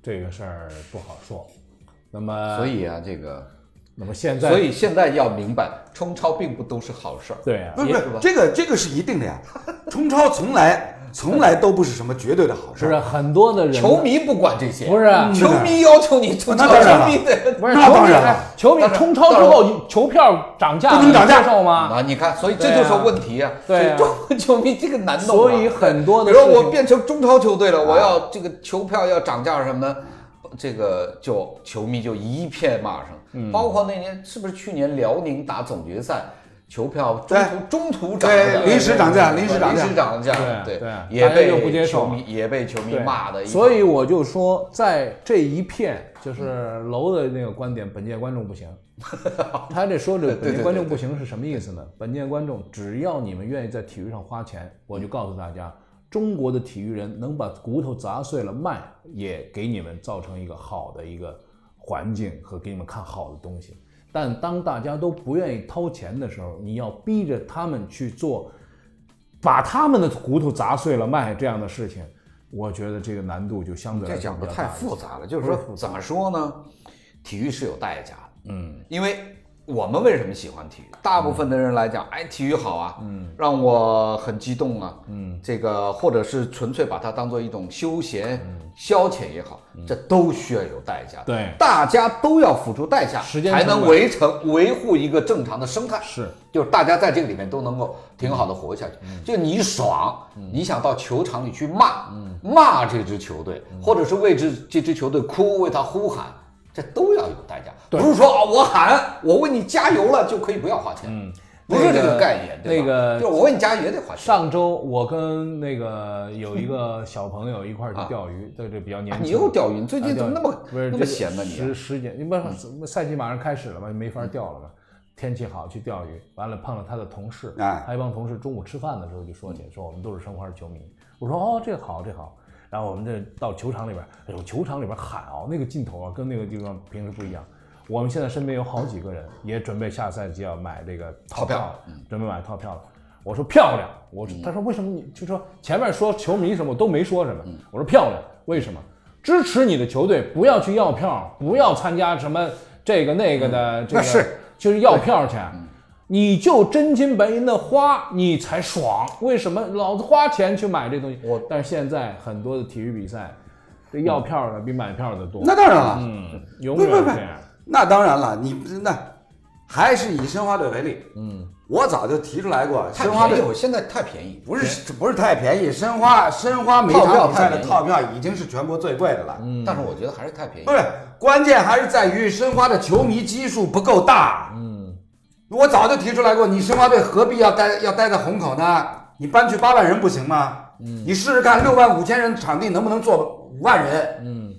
S1: 这个事儿不好说。那么，
S2: 所以啊，这个，
S1: 那么现在，
S2: 所以现在要明白，冲超并不都是好事儿。
S1: 对啊
S3: 不，是不是
S2: 是吧，
S3: 这个这个是一定的呀。冲超从来 [LAUGHS] 从来都不是什么绝对的好事
S1: 是啊
S3: 儿，
S1: 很多的人
S2: 球迷不管这些，
S1: 不是
S3: 嗯
S2: 球迷要求你冲超，
S3: 啊那当然了
S2: 球迷得
S1: 不是
S3: 那
S1: 球
S3: 当
S1: 迷
S3: 然了
S1: 球迷冲超之后球票涨价，
S3: 不能涨价
S1: 你接受吗？
S2: 啊，你看，所以
S1: 对
S2: 这
S1: 啊
S2: 就是问题啊！
S1: 对啊
S2: 所以中国球迷这个难弄、啊。
S1: 所以很多的
S2: 比如
S1: 事情啊
S2: 我变成中超球队了，我要这个球票要涨价什么的，这个就球迷就一片骂声。
S1: 嗯
S2: 包括那年是不是去年辽宁打总决赛，球票中
S3: 对
S2: 途中途涨价
S3: 对，，临时涨价，临时涨
S2: 临
S3: 价
S2: 时。涨价，
S1: 对对
S2: 也
S1: 大家就
S2: 被
S1: 不接受
S2: 球迷也被球迷
S1: 对
S2: 骂的。
S1: 所以我就说，在这一片
S2: 嗯
S1: 就是楼的那个观点，本届观众不
S2: [LAUGHS]
S1: 行。他这说这个本届观众不行是什么意思呢？本届观众，只要你们愿意在体育上花钱，我就告诉大家，中国的体育人能把骨头砸碎了卖，也给你们造成一个好的一个环境和给你们看好的东西。但当大家都不愿意掏钱的时候，你要逼着他们去做把他们的骨头砸碎了卖这样的事情，我觉得这个难度就相对
S2: 这
S1: 来说
S2: 讲
S1: 比
S2: 的
S1: 较
S2: 太
S1: 大一些。
S2: 复杂了，就是说怎么说呢？体育是有代价的，嗯，因为我们为什么喜欢体育？大部分的人来讲，哎，体育好啊，嗯，让我很激动啊，嗯，这个或者是纯粹把它当做一种休闲、消遣也好，这都需要有代价的，
S1: 嗯对
S2: 大家都要付出代价，
S1: 时间
S2: 才
S1: 成
S2: 能
S1: 本
S2: 维成维护一个正常的生态，
S1: 是
S2: 就是大家在这个里面都能够挺好的活下去。
S1: 嗯
S2: 就你爽，你想到球场里去骂，
S1: 嗯
S2: 骂这支球队，或者是为这这支球队哭，为他呼喊，这都要有代价。不是说啊，我喊，我为你加油了就可以不要花钱，不是这
S1: 那
S2: 个
S1: 个
S2: 概念，对
S1: 嗯那
S2: 吧
S1: 个
S2: 就是我为你加油也得花钱。
S1: 上周我跟那个有一个小朋友一块儿去钓鱼，对这比较年
S2: 啊
S1: 轻。
S2: 你又钓鱼，你最近怎么那么
S1: 啊对不是
S2: 那
S1: 这
S2: 么
S1: 个
S2: 闲呢？你嗯
S1: 十十几，你不是赛季马上开始了嘛，没法钓了嘛。天气好去钓鱼，完了碰到他的同事，
S3: 哎
S1: 他一帮同事中午吃饭的时候就说起，说我们都是申花球迷。我说哦，这个好，这个好。然后我们这到球场里边，哎呦，球场里边喊哦，那个劲头啊，跟那个地方平时不一样。我们现在身边有好几个人也准备下赛季要买这个套
S2: 套票嗯
S1: 了准备买套票了。我说漂亮，我说他说为什么你就说前面说球迷什么我都没说什
S2: 嗯
S1: 么，我说漂亮，为什么？支持你的球队，不要去要票，不要参加什么这个那个的，这个
S2: 嗯那是
S1: 就是要票去，
S2: 嗯
S1: 你就真金白银的花，你才爽。为什么老子花钱去买这东西？
S2: 我
S1: 但是现在很多的体育比赛，这要票的比买票的多，
S3: 那当然了，
S1: 嗯，永
S3: 不
S1: 远
S3: 不
S1: 是
S3: 不
S1: 这样。，
S3: 那当然了，你那还是以申花队为例，嗯，我早就提出来过，
S2: 太
S3: 申花
S2: 便宜
S3: 队
S2: 了，我现在太便宜，
S3: 不是不是太便宜，申花申花每
S2: 套票
S3: 场比赛
S2: 太
S3: 的
S2: 便宜
S3: 套票已经是全国最贵的了，
S1: 嗯
S2: 但是我觉得还是太便宜
S3: 不。是，关键还是在于申花的球迷基数不够大。嗯，我早就提出来过，你申花队何必要待要待在虹口呢？你搬去八万人不行吗？嗯，你试试看六万五千人场地能不能坐五万人？嗯，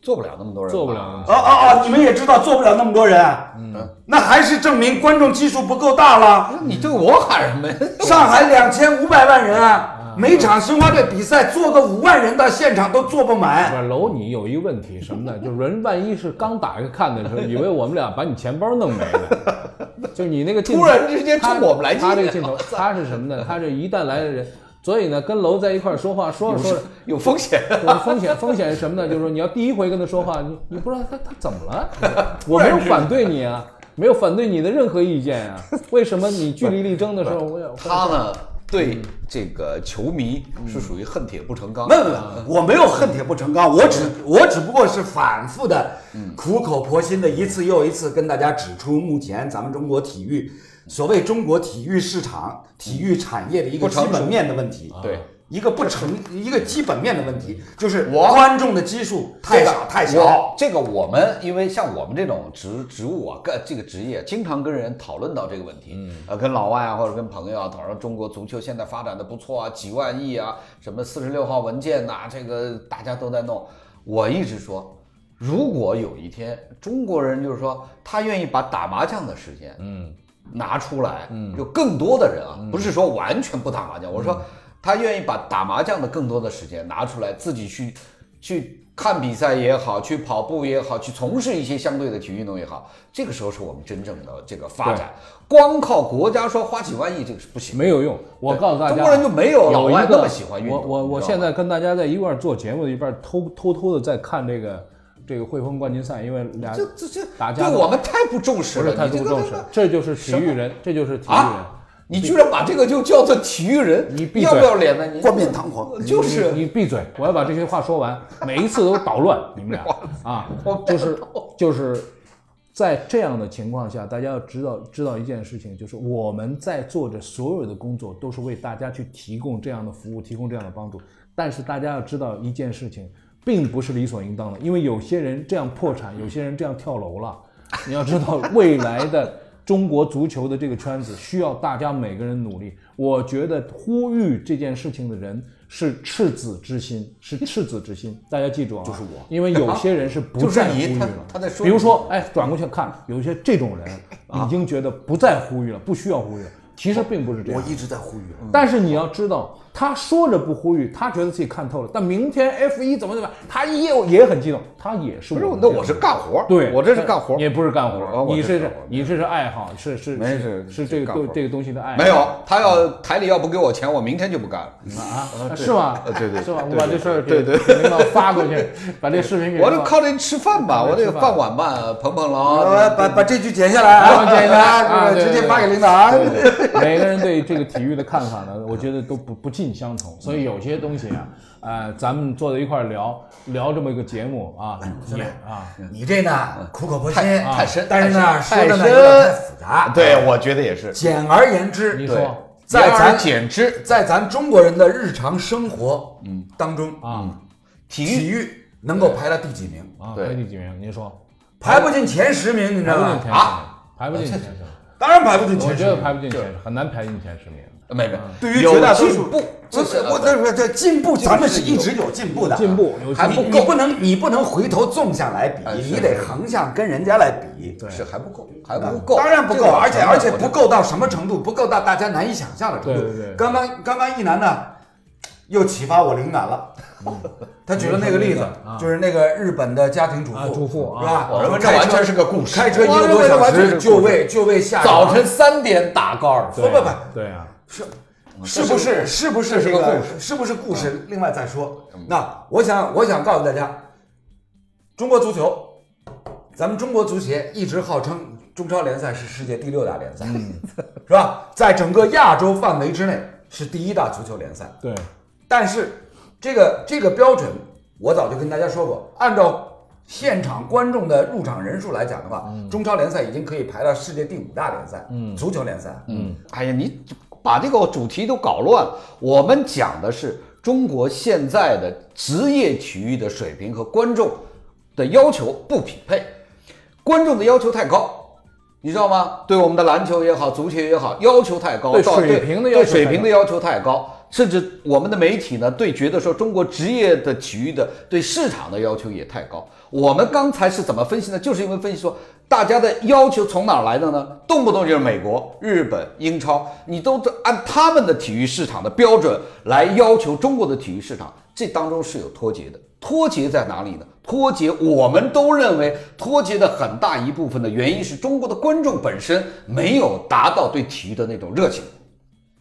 S2: 做不了那么多人吧，
S1: 做不了那么
S3: 哦哦哦，你们也知道坐不了那么多人，嗯，那还是证明观众基数不够大了。
S2: [LAUGHS] 你对我喊什么呀？ [LAUGHS]
S3: 上海两千五百万人啊，每场申花队比赛坐个五万人的现场都坐不满
S1: 不。是楼，你有一个问题什么呢？ [LAUGHS] 就是人万一是刚打开看的时候，以为我们俩把你钱包弄没
S2: [LAUGHS]
S1: 了，就是你那个镜头
S2: 突然之间
S1: 他
S2: 冲我们来劲
S1: 他这个镜头，他是什么呢？他是一旦来的人，所以呢，跟楼在一块儿说话，说着说着，
S2: 有风险。
S1: 就是风险，风险是什么呢？就是说你要第一回跟他说话，你你不知道他他怎么了，我没有反对你啊，没有反对你的任何意见啊，为什么你据理力争的时候，我有
S2: 他呢，
S3: 嗯
S2: 对这个球迷是属于恨铁不成钢。
S3: 没有没有，我没有恨铁不成钢，我只我只不过是反复的、苦口婆心的一次又一次跟大家指出，目前咱们中国体育所谓中国体育市场、体育产业的一个
S2: 不成
S3: 基
S1: 嗯
S2: 熟
S3: 本面的问题。
S2: 对，
S3: 一个不成一个基本面的问题，就是
S2: 我
S3: 观众的基数太少太
S2: 我
S3: 小。
S2: 这个我们因为像我们这种职职务啊，跟这个职业，经常跟人讨论到这个问题。嗯，呃，跟老外啊，或者跟朋友啊，讨论中国足球现在发展的不错啊，几万亿啊，什么四十六号文件呐、这个大家都在弄。我一直说，如果有一天中国人就是说他愿意把打麻将的时间，
S1: 嗯，
S2: 拿出来，嗯，有更多的人啊，不是说完全不打麻
S1: 嗯
S2: 将，我说他愿意把打麻将的更多的时间拿出来，自己去去看比赛也好，去跑步也好，去从事一些相对的体育运动也好，这个时候是我们真正的这个发展。光靠国家说花几万亿，这个是不行。
S1: 没有用。我告诉大家，
S2: 中国人就没有老
S1: 有一
S2: 外
S1: 个
S2: 那么喜欢运动
S1: 我我我
S2: 你知道
S1: 现
S2: 吗
S1: 在跟大家在一块儿做节目，一边儿偷偷偷的在看这个这个汇丰冠军赛，因为俩
S2: 这这这
S1: 打架
S2: 对
S1: 的
S2: 我们太不重视
S1: 不
S2: 了，
S1: 是太
S2: 你这
S1: 注
S2: 个
S1: 重视，这就是体育人，这就是体育人。
S2: 啊你居然把这个就叫做体育人，
S1: 你闭
S2: 要不
S1: 嘴
S2: 要脸呢？你
S3: 冠冕堂皇
S2: 就是
S1: 你你闭嘴，我要把这些话说完。每一次都捣乱，你
S2: [LAUGHS]
S1: 们俩啊，就是就是在这样的情况下，大家要知道知道一件事情，就是我们在做着所有的工作，都是为大家去提供这样的服务，提供这样的帮助。但是大家要知道一件事情，并不是理所应当的，因为有些人这样破产，有些人这样跳楼了。 [LAUGHS] 你要知道，未来的中国足球的这个圈子需要大家每个人努力。我觉得呼吁这件事情的人是赤子之心，是赤子之心。大家记住啊，就是我，因为有些人是不在乎
S2: 就是
S1: 吁
S2: 你
S1: 了
S2: 他。他在
S1: 比
S2: 说你
S1: 如说，哎，转过去看，有些这种人
S2: 啊
S1: 已经觉得不再呼吁了，不需要呼吁了。其实并不是这样
S3: 我。一直在呼吁，
S2: 嗯
S1: 但是你要知道，他说着不呼吁，他觉得自己看透了。但明天 F 一怎么怎么样，他也也很激动，他也是
S2: 不
S1: 我
S2: 是
S1: 们，
S2: 那
S1: 这
S2: 我
S1: 样
S2: 是干活儿，
S1: 对
S2: 我这是干活儿，
S1: 也不是干
S2: 哦
S1: 活，
S2: 我
S1: 你
S2: 是
S1: 这
S2: 干
S1: 是
S2: 活
S1: 你这是爱好，是是
S2: 没事
S1: 是是这个
S2: 干活
S1: 东这个东西的爱好，
S2: 没有，他要台里要不给我钱，我明天就不干了。
S1: 啊？是吗？
S2: 呃对对
S1: 是吧？
S2: 对
S1: 我
S2: 对
S1: 把这事儿
S2: 对
S1: 给
S2: 对
S1: 给领导发过去，把这视频给
S2: 我
S1: 领
S2: 就
S1: 导
S2: 靠这吃饭吧，
S1: 靠这
S2: 我这个
S1: 吃饭
S2: 饭碗吧，捧捧
S3: 呃，
S2: 郎。
S3: 把把这句剪下来啊，
S1: 啊剪下来啊
S3: 这个
S1: 对对
S3: 直接
S1: 对
S3: 发给领导啊。
S1: 对对 [LAUGHS] 每个人对这个体育的看法呢， [LAUGHS] 我觉得都不不尽相同，所以有些东西啊，呃，咱们坐在一块儿聊聊这么一个节目啊，
S2: 嗯
S1: 也啊，
S3: 嗯你这呢，苦口婆心，啊
S2: 太太深
S3: 但是呢，说
S2: 太
S3: 的
S2: 深
S3: 呢有点太复杂。，
S2: 对，我觉得也是。
S3: 简而言之，
S1: 你
S2: 对
S1: 说，啊
S3: 在
S2: 言而
S3: 咱
S2: 简之，
S3: 在咱中国人的日常生活嗯当中，
S1: 啊
S2: 体
S3: 体
S2: 育
S3: 育能够排到第几名？
S1: 啊，
S2: 对
S1: 排第几名？您说
S3: 排不进前十名，你
S1: 排
S3: 知道
S1: 不进前十？
S3: 吗
S1: 名
S2: 啊，
S1: 排不进前十
S3: 当然排不进
S1: 名，我
S3: 前十
S1: 觉得
S3: 名。
S1: 排不进前十，很难排进前十名。
S2: 没没，
S3: 对于
S2: 有
S3: 绝大多数
S2: 进步，呃
S3: 这是我
S2: 的
S3: 这这这进步，咱们是一直有进步的，啊
S1: 进步有进步
S3: 还不够，你不能你不能回头纵向来比，
S2: 哎是
S3: 你得横向跟人家来比。对
S2: 是还不够，还不够，
S3: 当然不
S2: 这
S3: 够，
S2: 个
S3: 而且
S2: 成本
S3: 而且
S2: 我
S3: 不够到什么程度？不够到大家难以想象的程度。
S1: 对对对
S3: 刚刚刚刚一楠呢，又启发我灵感了。
S1: 嗯
S3: [LAUGHS] 他举了那个例子，就是那个日本的家庭主妇，
S1: 啊主妇啊
S3: 是吧？
S2: 我认为哦这
S3: 开车
S2: 完全是个故事
S3: 开车一个多
S2: 我认为这
S3: 小
S2: 完全是
S3: 时
S2: 个故事
S3: 就为就为下
S2: 早
S3: 床
S2: 晨三点打高尔夫
S3: 不，不不，
S1: 对啊，
S3: 是是不是是不
S2: 嗯
S3: 是
S2: 这是
S3: 这
S2: 个
S3: 个
S2: 故嗯
S3: 是不是故事？另外再说。那我想我想告诉大家，中国足球，咱们中国足协一直号称中超联赛是世界第六大联赛，
S2: 嗯
S3: [LAUGHS] 是吧？在整个亚洲范围之内是第一大足球联赛。
S1: 对，
S3: 但是这个这个标准，我早就跟大家说过，按照现场观众的入场人数来讲的话，中超联赛已经可以排到世界第五大联赛，嗯，足球联赛，
S2: 嗯嗯，哎呀，你把这个主题都搞乱了。我们讲的是中国现在的职业体育的水平和观众的要求不匹配，观众的要求太高。你知道吗？对我们的篮球也好，足球也好，要求太高，
S1: 对
S2: 到
S1: 水平的要求
S2: 对水
S1: 太
S2: 平的要求太高，甚至我们的媒体呢，对觉得说中国职业的体育的对市场的要求也太高。我们刚才是怎么分析呢？就是因为分析说大家的要求从哪儿来的呢？动不动就是美国、日本、英超，你都按他们的体育市场的标准来要求中国的体育市场，这当中是有脱节的。脱节在哪里呢？脱节，我们都认为脱节的很大一部分的原因是中国的观众本身没有达到对体育的那种热情。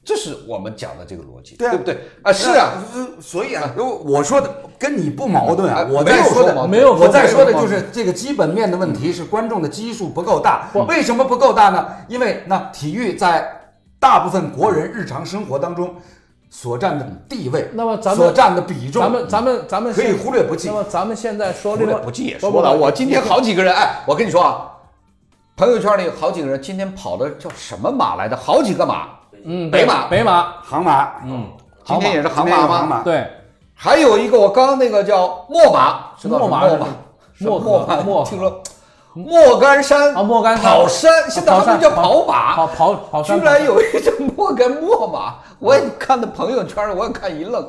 S2: 这是我们讲的这个逻辑，
S3: 对啊
S2: 不对？啊，是啊，
S3: 呃，所以啊，如果我说的跟你不矛盾啊
S2: 哎，
S3: 我
S2: 没
S3: 在
S2: 有说
S3: 说
S2: 矛
S3: 的
S2: 盾嗯
S1: 没有
S3: 我
S1: 说
S3: 在
S1: 没有
S3: 说的
S1: 说
S3: 就是这个基本面的问题是观众的基数不够大，为什么不够大呢？因为那体育在大部分国人日常生活当中所占的地位，
S1: 那么咱们
S3: 所占的比重，
S1: 咱们咱们咱们
S3: 可以
S1: 现
S3: 忽略不计
S1: 那么咱们现在说
S2: 忽
S1: 这
S2: 略
S1: 个
S2: 不计也
S1: 不
S2: 说了，
S1: 不不
S2: 我今天好几个人，哎，我跟你说啊，朋友圈里有好几个人今天跑的叫什么马来的，好几个马，
S1: 嗯
S2: 北马
S1: 北马
S3: 航马，
S1: 嗯
S2: 今天也是航马
S3: 航马今天有航
S2: 吗？
S3: 马
S1: 对，
S2: 还有一个我刚刚那个叫墨马，知道
S1: 墨马
S2: 是
S1: 是
S2: 墨马
S1: 什么
S2: 是墨马，
S1: 墨马
S2: 听说莫干山
S1: 啊莫干山
S2: 跑山，现在他们叫跑马，
S1: 跑跑跑山
S2: 居然有一种莫跟莫马，
S3: 嗯
S2: 我也看的朋友圈，我也看一愣，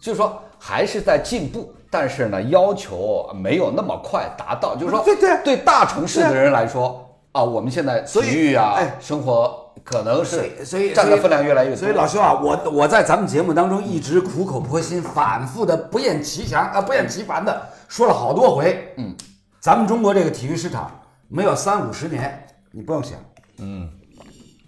S2: 就说还是在进步，但是呢，要求没有那么快达到，就是说
S3: 对对
S2: 对大城市的人来说啊，我们现在体
S3: 所以
S2: 育啊
S3: 哎，
S2: 生活可能
S3: 所
S2: 是
S3: 以所以
S2: 占的分量越来越多，
S3: 所以老兄啊，我我在咱们节目当中一直苦口婆心、反复的不厌其详啊不厌其烦的说了好多回，嗯，咱们中国这个体育市场没有三五十年，你不用想，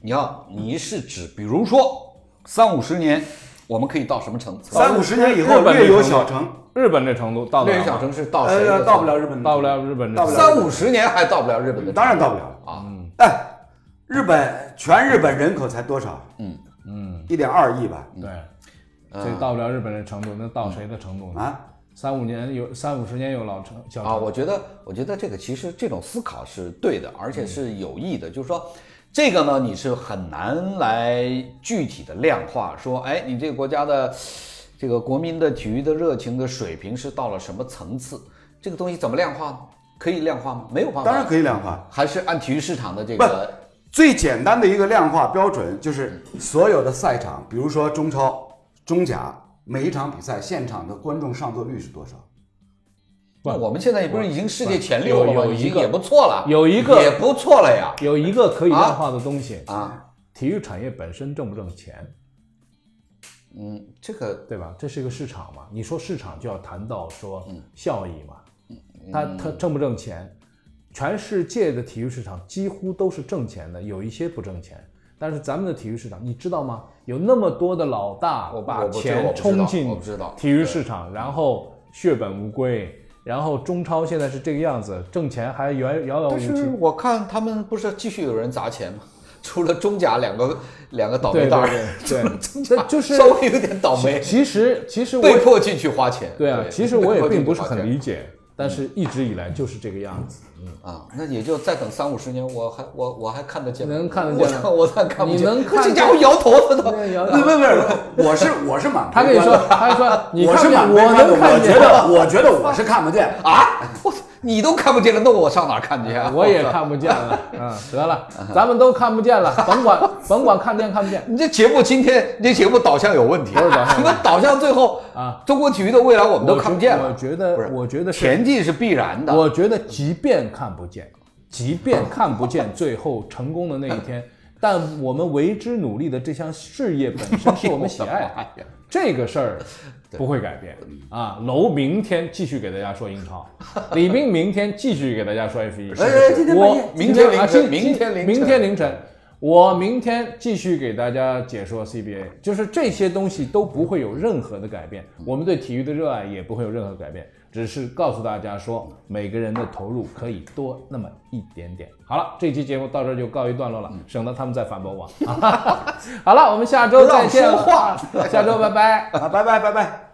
S2: 你要你是指，比如说三五十年，我们可以到什么程度？
S3: 三五十年以
S1: 日
S3: 后
S1: 本
S3: 略有
S1: 这程
S3: 小
S1: 度
S3: 成，
S1: 日本这程度到得
S2: 略
S1: 了
S2: 有小
S1: 吗，
S2: 城市到哦谁的程
S3: 呃，
S2: 度？
S3: 到不了日本的程度，
S1: 到不了日本这
S3: 到不
S1: 程
S3: 了
S1: 度。
S2: 三五十年还到不了日本的程度，
S3: 当然到不了了。
S2: 啊，
S3: 哎，日本全日本人口才多少？嗯嗯，一点二亿吧？
S1: 对，这到不了日本这程度，那到谁的程度呢？
S3: 啊，
S1: 三五年有三五十年有老成小
S2: 啊，
S1: 成，
S2: 我觉得，我觉得这个其实这种思考是对的，而
S1: 嗯
S2: 且是有益的。就是说，这个呢，你是很难来具体的量化，说，哎，你这个国家的这个国民的体育的热情的水平是到了什么层次？这个东西怎么量化呢？可以量化吗？没有办法，
S3: 当然可以量化。
S2: 还是按体育市场的这
S3: 不
S2: 个
S3: 最简单的一个量化标准就是所有的赛场，比如说中超、中甲，每一场比赛现场的观众上座率是
S1: [LAUGHS]
S3: 多少？
S1: 不
S2: 那我们现在不是已经世界前六
S1: 有
S2: 了吗？
S1: 有
S2: 已
S1: 一
S2: 经
S1: 个
S2: 也不错了，
S1: 有一个
S2: 也不错了呀。
S1: 有一个可以量化的东西，
S2: 啊，
S1: 体育产业本身挣不挣钱，
S2: 嗯，这个
S1: 对吧？这是一个市场嘛，你说市场就要谈到说
S2: 嗯
S1: 效益嘛，它它挣不挣钱？全世界的体育市场几乎都是挣钱的，有一些不挣钱。但是咱们的体育市场，你知道吗？有那么多的老大
S2: 我不
S1: 把
S2: 我不知道
S1: 钱
S2: 我不知道
S1: 冲
S2: 我
S1: 进
S2: 不知道
S1: 体育市场，然后血本无归，然后中超现在是这个样子，挣钱还遥遥遥无
S2: 但是
S1: 期。
S2: 我看他们不是继续有人砸钱吗？ [LAUGHS] 除了中甲两个两个倒霉
S1: 对
S2: 蛋
S1: 对
S2: [LAUGHS]
S1: 对
S2: 儿，
S1: 对，
S2: 中
S1: 这
S2: 甲
S1: 就是
S2: [LAUGHS] 稍微有点倒霉，
S1: 其实其实我
S2: 被迫进去花钱。
S1: 对啊，其实我
S2: 被
S1: 也
S2: 迫进
S1: 并
S2: 去
S1: 不是
S2: 花
S1: 很
S2: 钱
S1: 理解，但是一直以来就是这个样子。
S2: 啊，那也就再等三五十年，我还我我还看得见吗，
S1: 能看得见吗
S2: 我我再看不见，
S1: 你能看
S2: 这
S1: 见
S2: 家伙摇头发呃都，
S3: 不不不，我是我是满，
S1: [LAUGHS] 他跟你说，，他说你
S3: 我
S1: 看
S3: 是
S1: 不见
S3: 满，
S1: 我能
S3: 我
S1: 看
S3: 觉
S1: 见，
S3: 得我觉得我是看不见。
S2: 啊，我你都看不见了，那我上哪儿看去啊？
S1: 我也看不见 [LAUGHS] 了。嗯，得了，咱们都看不见了，甭 [LAUGHS] 管甭管看见看不见。
S2: 你这节目今天你这节目导向有问题，
S1: 不是导向有问题
S2: 什么导向最后
S1: 啊，
S2: 中国体育的未来我们都看不见
S1: [LAUGHS] 我
S2: 了，
S1: 觉
S2: 不是
S1: 得，我觉得是，
S2: 田忌是必然的。
S1: 我觉得即便看不见，即便看不见最后成功的那一天，但我们为之努力的这项事业本身是我们喜爱
S2: [LAUGHS]
S1: 的。
S2: 的。
S1: 这个事儿不会改变啊！楼明天继续给大家说英
S2: [LAUGHS]
S1: 超，李斌明天继续给大家说 F 一，
S3: 哎哎今天半夜
S1: 我
S2: 明天凌晨
S1: 啊今
S2: 明天凌晨
S1: 明天凌晨，我明天继续给大家解说 CBA，就是这些东西都不会有任何的改变，我们对体育的热爱也不会有任何改变，只是告诉大家说每个人的投入可以多那么一点点。好了，这期节目到这儿就告一段落
S2: 嗯
S1: 了，省得他们再反驳我。好了，我们下周再见
S2: 不让说话
S1: 了，下周拜拜。
S3: 啊，拜拜拜拜。